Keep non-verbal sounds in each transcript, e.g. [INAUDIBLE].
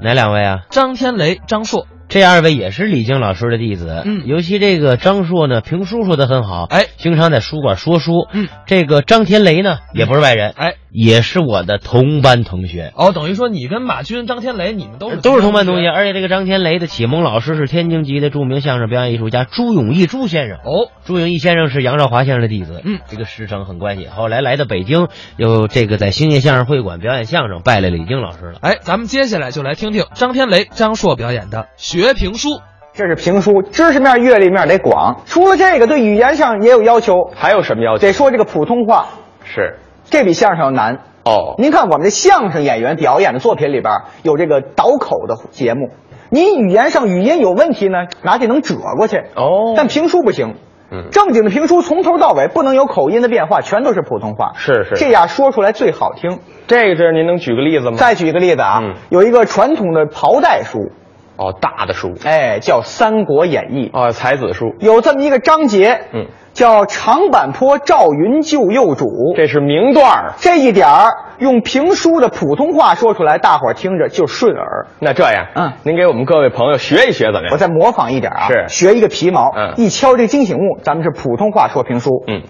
哪两位啊？张天雷、张硕，这二位也是李菁老师的弟子。嗯尤其这个张硕呢，评书说得很好，哎经常在书馆说书。嗯，这个张天雷呢，也不是外人，哎，也是我的同班同学。哦，等于说你跟马军、张天雷，你们都是呃都是同班同学，。而且这个张天雷的启蒙老师是天津籍的著名相声表演艺术家朱永义朱先生。哦，朱永义先生是杨少华先生的弟子，嗯，这个师承很关系。后来来到北京，又这个在兴业相声会馆表演相声，拜了李菁老师了。哎，咱们接下来就来听听张天雷、张硕表演的《学评书》。这是评书，知识面、阅历面得广。除了这个，对语言上也有要求，还有什么要求？得说这个普通话，是这比相声要难。哦，您看我们的相声演员表演的作品里边有这个倒口的节目，您语言上语音有问题呢，拿去能折过去。哦但评书不行。嗯正经的评书从头到尾不能有口音的变化，全都是普通话。是是这样说出来最好听。这个这您能举个例子吗？再举一个例子啊，嗯有一个传统的袍带书，哦，大的书哎，叫《三国演义》。哦，才子书，有这么一个章节，嗯，叫长坂坡赵云救幼主。这是名段儿。这一点儿用评书的普通话说出来，大伙儿听着就顺耳。那这样，嗯您给我们各位朋友学一学怎么我样？再模仿一点啊，是学一个皮毛，嗯一敲这惊醒木，咱们是普通话说评书。嗯，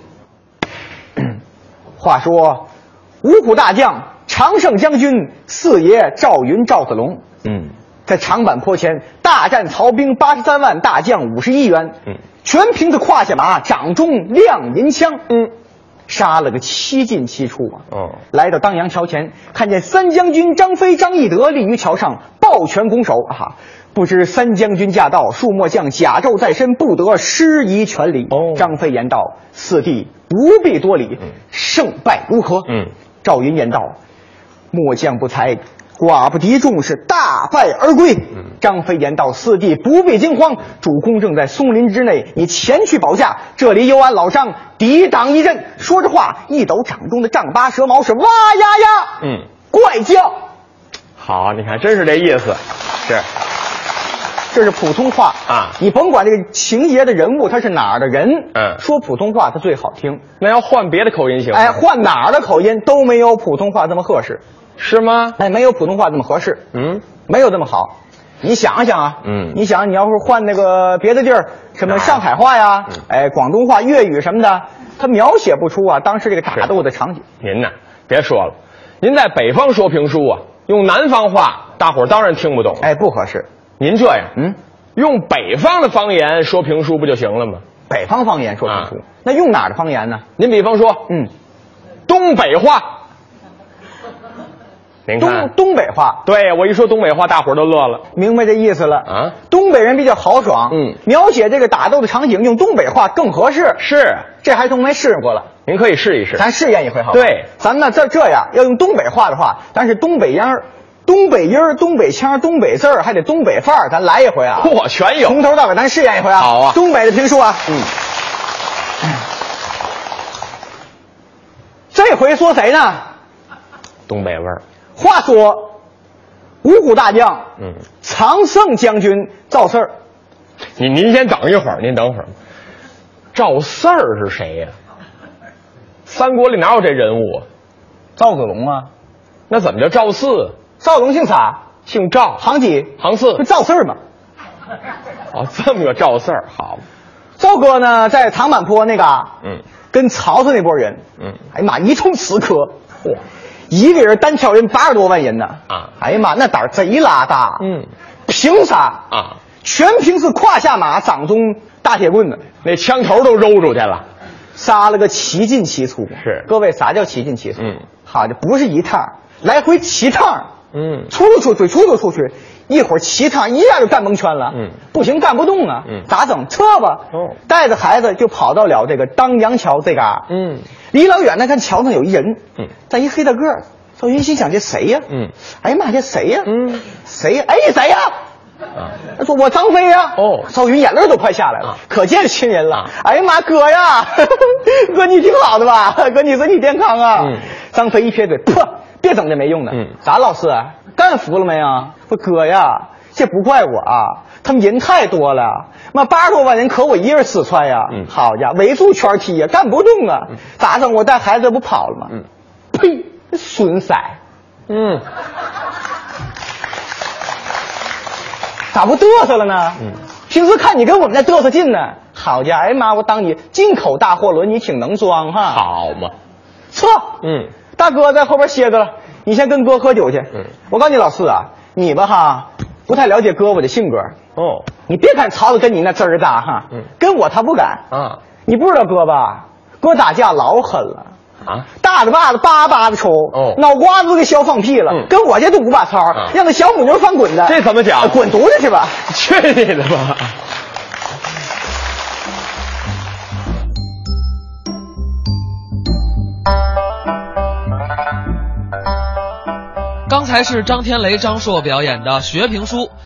话说，五虎大将常胜将军四爷赵云赵子龙，嗯，在长坂坡前大战曹兵八十三万，大将五十一员，嗯，全凭他胯下马、掌中亮银枪，嗯，杀了个七进七出啊！哦来到当阳桥前，看见三将军张飞、张翼德立于桥上，抱拳拱手啊！不知三将军驾到，数末将甲胄在身，不得失仪全礼。哦张飞言道：“四弟不必多礼，胜败如何？”嗯，赵云言道：“末将不才，寡不敌众，是大败而归。嗯张飞言道：“四弟不必惊慌，主公正在松林之内，你前去保驾，这里有俺老张抵挡一阵。”说着话，一抖掌中的丈八蛇矛，是哇呀呀，嗯，怪叫。好，你看，真是这意思，是这是普通话啊你甭管这个情节的人物他是哪儿的人，嗯说普通话他最好听。那要换别的口音行吗？哎，换哪儿的口音都没有普通话这么合适，是吗？哎，没有普通话这么合适。嗯，没有这么好。你想想啊，嗯你想你要是换那个别的地儿，什么上海话呀，嗯哎，广东话、粤语什么的，他描写不出啊当时这个打斗的场景。您呐，别说了，您在北方说评书啊，用南方话，大伙儿当然听不懂了。哎，不合适。您这样，嗯，用北方的方言说评书不就行了吗？北方方言说啊不出，那用哪儿的方言呢？您比方说，嗯，东北话，您东看，东北话，对我一说东北话，大伙儿都乐了。明白这意思了啊东北人比较豪爽，嗯描写这个打斗的场景用东北话更合适。是，啊这还都没试过了，您可以试一试。咱试验一回好吧？对咱呢这这样要用东北话的话，咱是东北音儿、东北音儿、东北腔儿、东北字儿，还得东北范儿，咱来一回啊！嚯，全有。从头到尾咱试验一回啊！好啊东北的评书啊，嗯，这回说谁呢？东北味儿，话说，五虎大将，嗯，常胜将军赵四儿，您您先等一会儿，您等会儿。赵四儿是谁呀、三国里哪有这人物？啊赵子龙啊，那怎么叫赵四？赵子龙姓啥？姓赵，行几？行四不。赵四儿吗？哦，这么个赵四儿，好，赵哥呢，在长坂坡那个啊，嗯跟曹操那波人，嗯哎呀妈，一通死磕，嚯，一个人单挑人八十多万人呢，啊哎呀妈，那胆儿贼拉大，嗯，凭啥？啊，全凭是胯下马，掌中大铁棍子，那枪头都揉出去了。杀了个七进七出。是各位啥叫七进七出？嗯，好，这不是一趟，来回七趟，嗯出溜出去，出溜出去，一会儿七趟，一下就干蒙圈了。嗯，不行，干不动啊。嗯咋整？撤吧。哦带着孩子就跑到了这个当阳桥这嘎、嗯，离老远呢，看桥上有一人，嗯，在一黑大个儿。赵云心想：这谁呀？嗯，哎呀妈，这谁呀？嗯，谁呀？哎，谁呀？啊，他说我张飞呀、哦赵云眼泪都快下来了，啊可见是亲人了。啊哎呀妈，哥呀， [LAUGHS] 呵呵哥你挺好的吧？哥你身体健康啊。嗯张飞一撇嘴，噗，别整这没用的。嗯咋老四干服了没啊？说哥呀，这不怪我啊，他们人太多了。妈八十多万人，可我一人四川呀！嗯好家伙，围住圈踢呀，干不动啊！咋整？我带孩子不跑了吗？嗯呸，孙色。嗯，咋不嘚瑟了呢？嗯平时看你跟我们在嘚瑟劲呢。好家伙，哎妈，我当你进口大货轮，你挺能装哈。，好嘛，撤。嗯，大哥在后边歇着了，你先跟哥喝酒去。嗯我告诉你老四啊，你们哈不太了解哥我的性格，哦，你别看曹子跟你那滋儿大哈，嗯跟我他不敢。啊你不知道哥吧？哥打架老狠了。啊，大嘴巴子叭叭的抽，哦脑瓜子都给削放屁了，嗯跟我这都五把操，啊让那小母牛翻滚的，这怎么讲 [LAUGHS] 呃滚犊子去吧！去你的吧！刚才是张天雷、张硕表演的学评书。